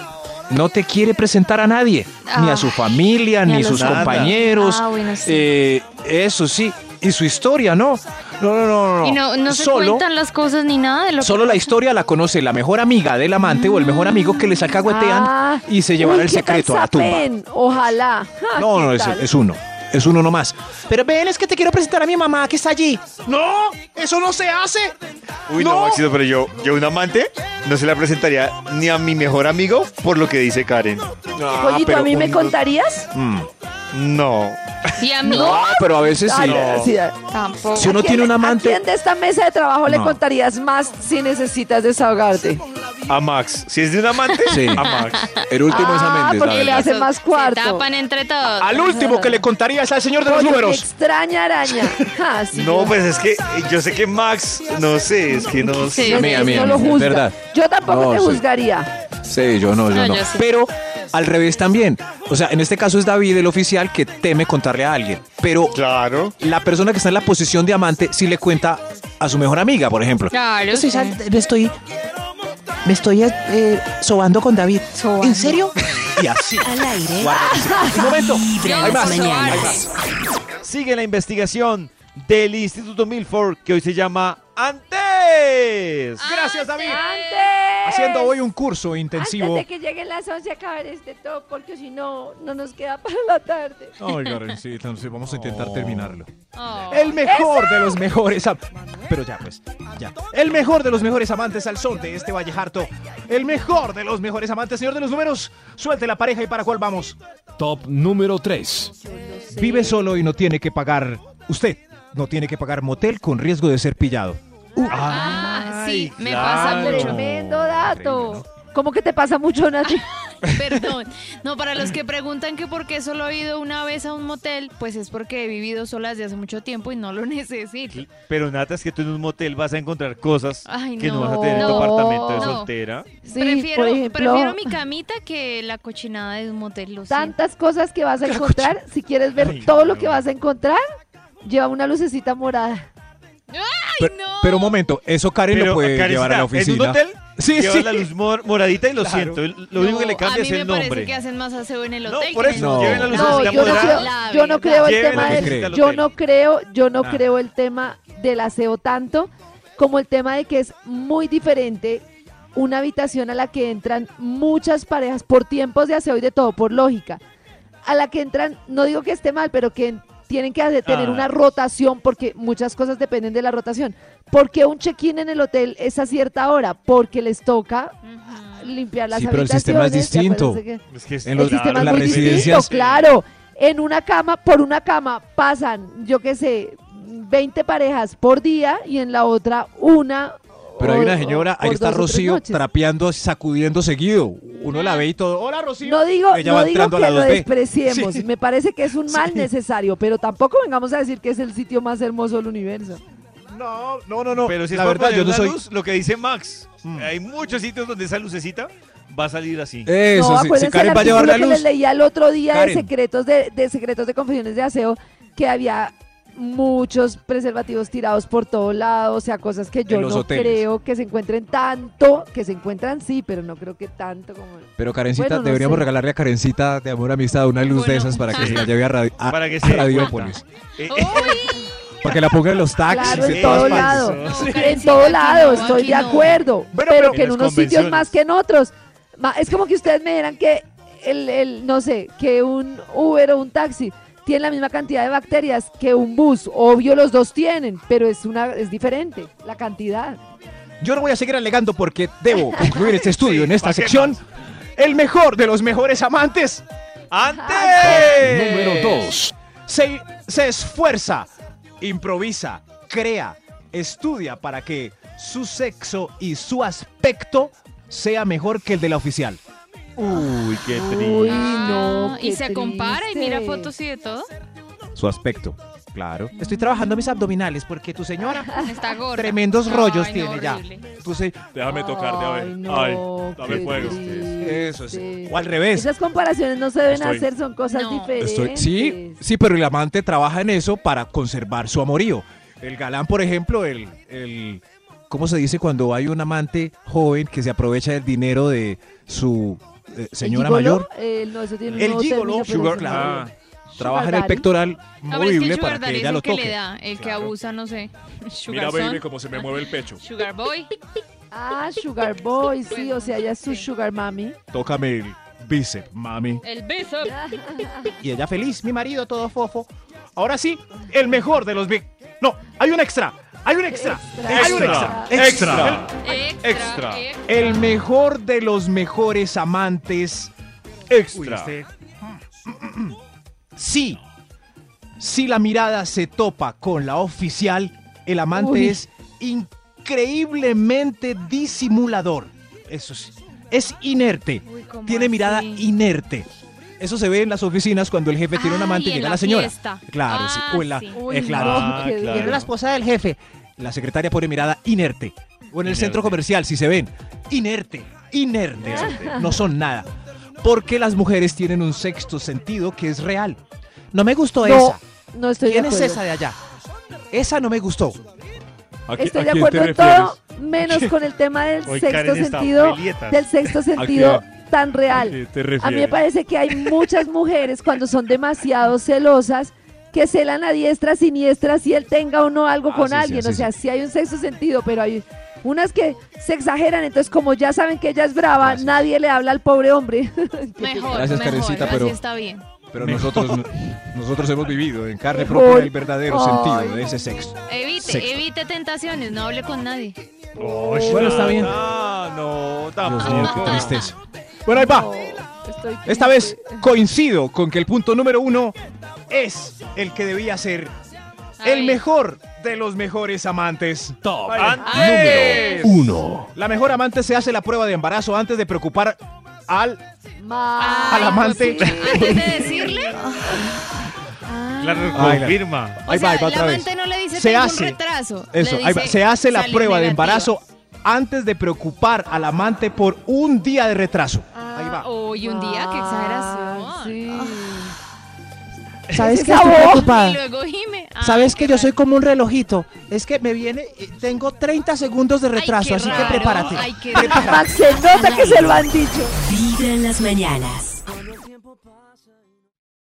[SPEAKER 5] no te quiere presentar a nadie, ni a su
[SPEAKER 6] Ay,
[SPEAKER 5] familia,
[SPEAKER 6] ni a
[SPEAKER 5] ni
[SPEAKER 6] los
[SPEAKER 5] sus
[SPEAKER 3] demás.
[SPEAKER 5] compañeros.
[SPEAKER 6] Ah, bueno, sí.
[SPEAKER 5] Eh, eso sí, y su historia, ¿no? No, no, no, Eh, no.
[SPEAKER 6] Y no, no se
[SPEAKER 5] Solo
[SPEAKER 6] cuentan las cosas ni nada de lo que
[SPEAKER 5] Solo la historia la conoce la mejor amiga del amante o el mejor amigo que les alcahuetean
[SPEAKER 4] Ah,
[SPEAKER 5] y se llevará
[SPEAKER 4] uy,
[SPEAKER 5] el
[SPEAKER 4] qué tal
[SPEAKER 5] secreto a la tumba.
[SPEAKER 4] sapén, Ojalá. Ja,
[SPEAKER 5] No,
[SPEAKER 4] ¿qué
[SPEAKER 5] no, es,
[SPEAKER 4] tal?
[SPEAKER 5] es uno. Es uno nomás. Pero ven, es que te quiero presentar a mi mamá que está allí. ¡No! ¡Eso no se hace!
[SPEAKER 3] Uy, no, Maxito, pero yo, yo un amante no se la presentaría ni a mi mejor amigo por lo que dice Karen.
[SPEAKER 5] Ah,
[SPEAKER 4] Pollito, ¿a mí me contarías?
[SPEAKER 3] No.
[SPEAKER 6] Y a mí
[SPEAKER 5] No, Ah, pero a veces sí.
[SPEAKER 4] Ay, Ah, sí, ay.
[SPEAKER 6] tampoco.
[SPEAKER 5] Si uno
[SPEAKER 4] ¿A quién-
[SPEAKER 5] tiene un
[SPEAKER 4] a
[SPEAKER 5] amante-
[SPEAKER 4] quién de esta mesa de trabajo le
[SPEAKER 5] No.
[SPEAKER 4] contarías más si necesitas desahogarte?
[SPEAKER 3] A Max. Si es de un amante,
[SPEAKER 5] Sí.
[SPEAKER 3] a Max.
[SPEAKER 5] El último es
[SPEAKER 4] Ah,
[SPEAKER 5] Améndez, la
[SPEAKER 4] porque le
[SPEAKER 5] verdad. Ah,
[SPEAKER 4] hace más cuarto.
[SPEAKER 6] Se tapan entre todos.
[SPEAKER 5] Al último que le contarías al señor de los
[SPEAKER 4] Pollo, qué
[SPEAKER 5] números.
[SPEAKER 4] Extraña araña. Ja, sí,
[SPEAKER 3] No,
[SPEAKER 4] yo-
[SPEAKER 3] pues es que yo sé que Max, no sé, es que no
[SPEAKER 6] Sí.
[SPEAKER 3] sé.
[SPEAKER 6] a mí, a mí,
[SPEAKER 4] no
[SPEAKER 5] a mí,
[SPEAKER 4] lo
[SPEAKER 5] es
[SPEAKER 4] juzga.
[SPEAKER 5] verdad.
[SPEAKER 4] Yo tampoco
[SPEAKER 5] No,
[SPEAKER 4] te
[SPEAKER 5] sí.
[SPEAKER 4] juzgaría.
[SPEAKER 5] Sí, yo no, yo
[SPEAKER 6] No,
[SPEAKER 5] no.
[SPEAKER 6] yo sí.
[SPEAKER 5] Pero al revés también. O sea, en este caso es David el oficial que teme contarle a alguien. Pero
[SPEAKER 3] Claro.
[SPEAKER 5] la persona que está en la posición de amante sí le cuenta a su mejor amiga, por ejemplo.
[SPEAKER 6] Claro.
[SPEAKER 8] Estoy
[SPEAKER 6] sí.
[SPEAKER 8] sal- me estoy. Me estoy eh, sobando con David.
[SPEAKER 6] Sobando.
[SPEAKER 8] ¿En serio?
[SPEAKER 5] Y así.
[SPEAKER 1] Al aire.
[SPEAKER 5] Guarda, un momento.
[SPEAKER 1] Vibra en las
[SPEAKER 5] Hay más.
[SPEAKER 1] mañanas.
[SPEAKER 3] Sigue la investigación del Instituto Milford que hoy se llama Antes.
[SPEAKER 6] Ah.
[SPEAKER 3] Gracias, David.
[SPEAKER 4] Antes.
[SPEAKER 5] Haciendo hoy un curso
[SPEAKER 4] Antes
[SPEAKER 5] intensivo.
[SPEAKER 4] de que lleguen las 11 a acabar este top, porque si no, no nos queda para la tarde.
[SPEAKER 5] Ay, Karen, sí, entonces vamos a intentar terminarlo.
[SPEAKER 6] Oh.
[SPEAKER 5] El mejor de los mejores am- Pero ya, pues, ya. El mejor de los mejores amantes al son de este Vallejarto. El mejor de los mejores amantes, señor de los números. Suelte la pareja y para cuál vamos.
[SPEAKER 9] Top número 3.
[SPEAKER 5] Vive solo y no tiene que pagar. Usted no tiene que pagar motel con riesgo de ser pillado.
[SPEAKER 6] Ah, sí, me
[SPEAKER 3] claro.
[SPEAKER 6] pasa mucho.
[SPEAKER 4] Tremendo dato. ¿Cómo que te pasa mucho, Nati?
[SPEAKER 6] Perdón. No, para los que preguntan que por qué solo he ido una vez a un motel, pues es porque he vivido sola desde hace mucho tiempo y no lo necesito.
[SPEAKER 3] Pero Nata, es que tú en un motel vas a encontrar cosas
[SPEAKER 6] Ay,
[SPEAKER 3] que no, vas a
[SPEAKER 6] no.
[SPEAKER 3] tener en tu
[SPEAKER 6] No.
[SPEAKER 3] apartamento de
[SPEAKER 6] No.
[SPEAKER 3] soltera.
[SPEAKER 4] Sí,
[SPEAKER 6] prefiero,
[SPEAKER 4] por ejemplo-
[SPEAKER 6] prefiero mi camita que la cochinada de un motel. Lo siento.
[SPEAKER 4] Tantas cosas que vas a encontrar. Si quieres ver
[SPEAKER 3] Ay,
[SPEAKER 4] todo lo
[SPEAKER 3] no.
[SPEAKER 4] que vas a encontrar, lleva una lucecita morada.
[SPEAKER 6] Ay, no.
[SPEAKER 5] Pero un momento, eso Karen lo puede
[SPEAKER 3] Karencita,
[SPEAKER 5] llevar a la oficina.
[SPEAKER 3] En un hotel
[SPEAKER 5] Sí,
[SPEAKER 3] llevas
[SPEAKER 5] sí.
[SPEAKER 3] la luz mor- moradita y lo
[SPEAKER 5] Claro.
[SPEAKER 3] siento. el- Lo único que le
[SPEAKER 6] No,
[SPEAKER 3] cambia
[SPEAKER 6] a
[SPEAKER 3] es
[SPEAKER 6] mí
[SPEAKER 3] el
[SPEAKER 6] me
[SPEAKER 3] nombre.
[SPEAKER 6] parece que hacen más aseo en el
[SPEAKER 3] No,
[SPEAKER 6] hotel.
[SPEAKER 3] por
[SPEAKER 6] que
[SPEAKER 5] No.
[SPEAKER 3] eso,
[SPEAKER 6] en el-
[SPEAKER 3] lleven la
[SPEAKER 5] No,
[SPEAKER 4] No,
[SPEAKER 3] lucecita
[SPEAKER 4] yo no
[SPEAKER 3] morada.
[SPEAKER 4] creo,
[SPEAKER 6] La
[SPEAKER 4] yo no creo el
[SPEAKER 3] verdad.
[SPEAKER 4] tema
[SPEAKER 5] Llévenla,
[SPEAKER 4] del,
[SPEAKER 5] Lucecita,
[SPEAKER 4] yo
[SPEAKER 3] al
[SPEAKER 4] no
[SPEAKER 3] hotel.
[SPEAKER 4] creo, yo no
[SPEAKER 5] Ah.
[SPEAKER 4] creo el tema del aseo tanto como el tema de que es muy diferente una habitación a la que entran muchas parejas por tiempos de aseo y de todo, por lógica. A la que entran, no digo que esté mal, pero que tienen que hacer- tener
[SPEAKER 3] Ah.
[SPEAKER 4] una rotación porque muchas cosas dependen de la rotación. Porque un check-in en el hotel es a cierta hora, porque les toca
[SPEAKER 6] Ujú.
[SPEAKER 4] limpiar las
[SPEAKER 5] Sí, pero el
[SPEAKER 4] habitaciones.
[SPEAKER 5] sistema es
[SPEAKER 4] de acuerdo,
[SPEAKER 5] distinto.
[SPEAKER 4] no sé qué.
[SPEAKER 3] Es que es-
[SPEAKER 5] En los-
[SPEAKER 4] el sistema
[SPEAKER 5] en
[SPEAKER 4] es
[SPEAKER 5] las
[SPEAKER 4] muy
[SPEAKER 5] residencias.
[SPEAKER 4] distinto, claro. En una cama, por una cama pasan, yo qué sé, 20 parejas por día y en la otra una.
[SPEAKER 5] Pero
[SPEAKER 4] o-
[SPEAKER 5] hay una
[SPEAKER 4] o-
[SPEAKER 5] señora, ahí
[SPEAKER 4] por
[SPEAKER 5] está
[SPEAKER 4] dos o tres
[SPEAKER 5] Rocío
[SPEAKER 4] noches.
[SPEAKER 5] trapeando, sacudiendo seguido. Uno la ve y todo. Hola, Rocío.
[SPEAKER 4] No digo,
[SPEAKER 5] Ella
[SPEAKER 4] no
[SPEAKER 5] va
[SPEAKER 4] digo
[SPEAKER 5] entrando
[SPEAKER 4] que
[SPEAKER 5] a la
[SPEAKER 4] lo
[SPEAKER 5] 2B.
[SPEAKER 4] despreciemos,
[SPEAKER 5] Sí.
[SPEAKER 4] me parece que es un mal necesario, pero tampoco vengamos a decir que es el sitio más hermoso del universo.
[SPEAKER 2] No, no, no, no.
[SPEAKER 3] Pero si es
[SPEAKER 2] la
[SPEAKER 3] por
[SPEAKER 2] verdad,
[SPEAKER 3] poner
[SPEAKER 2] yo no
[SPEAKER 3] la
[SPEAKER 2] soy.
[SPEAKER 3] luz, lo que dice Max,
[SPEAKER 2] Mm.
[SPEAKER 3] hay muchos sitios donde esa lucecita va a salir así.
[SPEAKER 5] Eso,
[SPEAKER 4] no,
[SPEAKER 5] si- si,
[SPEAKER 4] acuérdense
[SPEAKER 5] Karen
[SPEAKER 4] el
[SPEAKER 5] va a llevar la
[SPEAKER 4] artículo que
[SPEAKER 5] luz.
[SPEAKER 4] les leía el otro día
[SPEAKER 5] Karen.
[SPEAKER 4] de secretos de, de secretos de confesiones de aseo que había muchos preservativos tirados por todo lado, o sea, cosas que yo
[SPEAKER 5] En los
[SPEAKER 4] no
[SPEAKER 5] hoteles.
[SPEAKER 4] creo que se encuentren tanto, que se encuentran sí, pero no creo que tanto como
[SPEAKER 5] Pero Karencita,
[SPEAKER 4] Bueno, no
[SPEAKER 5] deberíamos
[SPEAKER 4] sé.
[SPEAKER 5] regalarle a Karencita de amor amistad una luz de
[SPEAKER 6] Bueno.
[SPEAKER 5] esas para que se la lleve a, radio, a-
[SPEAKER 3] Para que
[SPEAKER 5] a
[SPEAKER 3] se dé
[SPEAKER 5] Radiópolis.
[SPEAKER 3] Eh,
[SPEAKER 6] Oh,
[SPEAKER 3] eh,
[SPEAKER 6] ¡Uy!
[SPEAKER 5] Para Ah, que la ponga en los taxis,
[SPEAKER 4] Claro, en
[SPEAKER 5] en todas
[SPEAKER 4] todo
[SPEAKER 5] partes.
[SPEAKER 4] lado.
[SPEAKER 3] No,
[SPEAKER 4] En
[SPEAKER 6] Karencita,
[SPEAKER 4] todo
[SPEAKER 6] aquí
[SPEAKER 4] lado,
[SPEAKER 6] no,
[SPEAKER 4] estoy
[SPEAKER 6] aquí
[SPEAKER 4] de
[SPEAKER 6] no.
[SPEAKER 4] acuerdo.
[SPEAKER 3] Bueno,
[SPEAKER 4] pero
[SPEAKER 3] pero-
[SPEAKER 4] que
[SPEAKER 3] En
[SPEAKER 4] en
[SPEAKER 3] las
[SPEAKER 4] unos sitios
[SPEAKER 3] convenciones.
[SPEAKER 4] más que en otros. Ma- Es como que ustedes me dirán que el, el, no sé, que un Uber o un taxi tiene la misma cantidad de bacterias que un bus. Obvio los dos tienen, pero es una, es diferente la cantidad.
[SPEAKER 5] Yo no voy a seguir alegando porque debo concluir este estudio
[SPEAKER 3] Sí,
[SPEAKER 5] en esta
[SPEAKER 3] ¿pa' qué
[SPEAKER 5] sección. El mejor de los mejores amantes
[SPEAKER 3] ¡Antes!
[SPEAKER 9] Número 2.
[SPEAKER 5] se, se esfuerza, improvisa, crea, estudia para que su sexo y su aspecto sea mejor que el de la oficial.
[SPEAKER 3] Uy, qué
[SPEAKER 4] Uy,
[SPEAKER 3] triste.
[SPEAKER 4] no.
[SPEAKER 6] Ah, y
[SPEAKER 4] qué
[SPEAKER 6] se compara y mira
[SPEAKER 4] triste.
[SPEAKER 6] fotos y de todo.
[SPEAKER 5] Su aspecto, claro. Estoy trabajando mis abdominales porque tu señora...
[SPEAKER 6] Está gorda.
[SPEAKER 5] Tremendos rollos
[SPEAKER 6] Ay, no,
[SPEAKER 5] tiene ya.
[SPEAKER 6] horrible.
[SPEAKER 5] Tu se-
[SPEAKER 3] Déjame tocarte, a ver.
[SPEAKER 4] Ay,
[SPEAKER 3] Ay,
[SPEAKER 4] no,
[SPEAKER 3] dame
[SPEAKER 4] qué
[SPEAKER 3] fuego.
[SPEAKER 4] triste.
[SPEAKER 5] Eso es. O al revés.
[SPEAKER 4] Esas comparaciones no se deben
[SPEAKER 3] Estoy-
[SPEAKER 4] hacer, son cosas
[SPEAKER 6] No.
[SPEAKER 4] diferentes.
[SPEAKER 5] Estoy- sí, sí, pero el amante trabaja en eso para conservar su amorío. El galán, por ejemplo, el, el- ¿cómo se dice cuando hay un amante joven que se aprovecha del dinero de su eh,
[SPEAKER 4] ¿El
[SPEAKER 5] señora
[SPEAKER 4] gigoló?
[SPEAKER 5] mayor?
[SPEAKER 4] Eh, no, eso tiene un
[SPEAKER 5] El
[SPEAKER 4] nuevo
[SPEAKER 5] gigoló,
[SPEAKER 4] término, pero
[SPEAKER 5] sugar-
[SPEAKER 4] eso no
[SPEAKER 3] ah,
[SPEAKER 4] es.
[SPEAKER 5] Trabaja en el
[SPEAKER 4] daddy.
[SPEAKER 5] pectoral
[SPEAKER 6] No, pero es que
[SPEAKER 5] movible
[SPEAKER 6] el
[SPEAKER 5] para
[SPEAKER 6] sugar
[SPEAKER 5] que
[SPEAKER 6] daddy es
[SPEAKER 5] ella
[SPEAKER 6] lo
[SPEAKER 5] lo
[SPEAKER 6] que le
[SPEAKER 5] toque.
[SPEAKER 6] da, el que abusa, no sé. Sugar son,
[SPEAKER 3] cómo se me mueve el pecho.
[SPEAKER 6] sugar boy.
[SPEAKER 4] Ah, Sugar Boy, sí,
[SPEAKER 6] Bueno,
[SPEAKER 4] o sea, ella es su
[SPEAKER 6] sí.
[SPEAKER 4] Sugar Mami.
[SPEAKER 5] Tócame el bíceps, mami.
[SPEAKER 6] El beso.
[SPEAKER 5] Y ella feliz, mi marido todo fofo. Ahora sí, el mejor de los big. No, hay un extra, hay un extra,
[SPEAKER 4] Extra.
[SPEAKER 5] hay un
[SPEAKER 3] Extra,
[SPEAKER 5] extra,
[SPEAKER 3] extra.
[SPEAKER 6] Extra.
[SPEAKER 3] Extra.
[SPEAKER 6] ex-
[SPEAKER 5] El mejor de los mejores amantes.
[SPEAKER 3] Extra.
[SPEAKER 5] Sí. Si la mirada se topa con la oficial, el amante
[SPEAKER 4] Uy.
[SPEAKER 5] es increíblemente disimulador. Eso sí. Es inerte.
[SPEAKER 6] Uy, ¿cómo
[SPEAKER 5] Tiene mirada
[SPEAKER 6] así?
[SPEAKER 5] inerte. Eso se ve en las oficinas cuando el jefe tiene un
[SPEAKER 6] Ah,
[SPEAKER 5] amante
[SPEAKER 6] y
[SPEAKER 5] y
[SPEAKER 6] en
[SPEAKER 5] llega
[SPEAKER 6] la
[SPEAKER 5] la señora.
[SPEAKER 6] fiesta.
[SPEAKER 5] Claro, sí.
[SPEAKER 6] Ah,
[SPEAKER 5] O en la,
[SPEAKER 6] sí.
[SPEAKER 4] Uy,
[SPEAKER 5] eh, claro.
[SPEAKER 3] Ah,
[SPEAKER 4] qué
[SPEAKER 3] claro.
[SPEAKER 5] Quiero
[SPEAKER 4] duro.
[SPEAKER 5] la esposa del jefe. La secretaria pone mirada inerte. O en el
[SPEAKER 3] Inerte.
[SPEAKER 5] centro comercial, si se ven. Inerte, inerte. No son nada. Porque las mujeres tienen un sexto sentido que es real. No me gustó
[SPEAKER 4] No,
[SPEAKER 5] esa.
[SPEAKER 4] no estoy
[SPEAKER 5] ¿Quién
[SPEAKER 4] de
[SPEAKER 5] es
[SPEAKER 4] acuerdo.
[SPEAKER 5] esa de allá? Esa no me gustó.
[SPEAKER 4] Estoy de acuerdo en todo, menos con el tema del
[SPEAKER 3] Hoy
[SPEAKER 4] sexto
[SPEAKER 3] Karen está
[SPEAKER 4] sentido,
[SPEAKER 3] pelieta.
[SPEAKER 4] del sexto sentido tan real.
[SPEAKER 3] te
[SPEAKER 4] A mí me parece que hay muchas mujeres cuando son demasiado celosas que celan a diestra, siniestra, si él tenga o no algo
[SPEAKER 5] Ah,
[SPEAKER 4] con
[SPEAKER 5] sí, sí,
[SPEAKER 4] alguien.
[SPEAKER 5] sí,
[SPEAKER 4] o
[SPEAKER 5] sí.
[SPEAKER 4] sea, sí. hay un sexto sentido, pero hay unas que se exageran. Entonces, como ya saben que ella es brava,
[SPEAKER 5] Gracias.
[SPEAKER 4] nadie le habla al pobre hombre.
[SPEAKER 6] Mejor,
[SPEAKER 5] Gracias,
[SPEAKER 6] mejor.
[SPEAKER 5] Karencita,
[SPEAKER 6] así
[SPEAKER 5] pero-
[SPEAKER 6] está bien.
[SPEAKER 5] Pero nosotros, nosotros hemos vivido en carne
[SPEAKER 4] Mejor.
[SPEAKER 5] propia el verdadero
[SPEAKER 4] Ay,
[SPEAKER 5] sentido
[SPEAKER 4] no.
[SPEAKER 5] de ese sexto.
[SPEAKER 6] Evite,
[SPEAKER 5] Sexto.
[SPEAKER 6] evite tentaciones, no hable con nadie.
[SPEAKER 5] Bueno, está bien.
[SPEAKER 3] Ah, no,
[SPEAKER 5] Dios mío,
[SPEAKER 3] tampoco.
[SPEAKER 5] qué tristeza. Bueno, ahí va.
[SPEAKER 4] No, estoy
[SPEAKER 5] Esta vez
[SPEAKER 4] triste.
[SPEAKER 5] coincido con que el punto número uno es el que debía ser
[SPEAKER 6] A
[SPEAKER 5] el
[SPEAKER 6] ver.
[SPEAKER 5] mejor de los mejores amantes.
[SPEAKER 9] Top
[SPEAKER 3] Antes.
[SPEAKER 9] 1.
[SPEAKER 5] La mejor amante se hace la prueba de embarazo antes de preocupar al...
[SPEAKER 4] Ma-
[SPEAKER 6] Ay,
[SPEAKER 5] al amante.
[SPEAKER 6] pues sí, Antes de decirle.
[SPEAKER 3] Claro,
[SPEAKER 5] Ay, la-
[SPEAKER 3] confirma.
[SPEAKER 6] O
[SPEAKER 5] Ahí va,
[SPEAKER 6] sea,
[SPEAKER 5] ahí va
[SPEAKER 6] la
[SPEAKER 5] otra vez.
[SPEAKER 6] amante no le dice
[SPEAKER 5] Se
[SPEAKER 6] tengo
[SPEAKER 5] hace.
[SPEAKER 6] un retraso. le
[SPEAKER 5] Eso, ahí va.
[SPEAKER 6] dice,
[SPEAKER 5] se hace la
[SPEAKER 6] "Salí
[SPEAKER 5] prueba de
[SPEAKER 6] negativa".
[SPEAKER 5] embarazo antes de preocupar al amante por un día de retraso.
[SPEAKER 6] Ah,
[SPEAKER 5] Ahí va.
[SPEAKER 6] Uy, un día, qué
[SPEAKER 4] Ah,
[SPEAKER 6] exageración.
[SPEAKER 4] sí.
[SPEAKER 8] ¿Sabes
[SPEAKER 4] Ese
[SPEAKER 8] que estoy
[SPEAKER 4] sabor.
[SPEAKER 6] Y
[SPEAKER 8] preocupada?
[SPEAKER 6] luego gime. Ay,
[SPEAKER 8] ¿Sabes que
[SPEAKER 6] qué
[SPEAKER 8] yo
[SPEAKER 6] raro.
[SPEAKER 8] soy como un relojito? Es que me viene, eh, tengo 30 segundos de
[SPEAKER 6] Ay,
[SPEAKER 8] retraso,
[SPEAKER 6] qué
[SPEAKER 8] así que
[SPEAKER 6] raro.
[SPEAKER 8] prepárate.
[SPEAKER 6] Ay, qué
[SPEAKER 4] Max, se nota que se lo han dicho.
[SPEAKER 1] Vibra en las mañanas.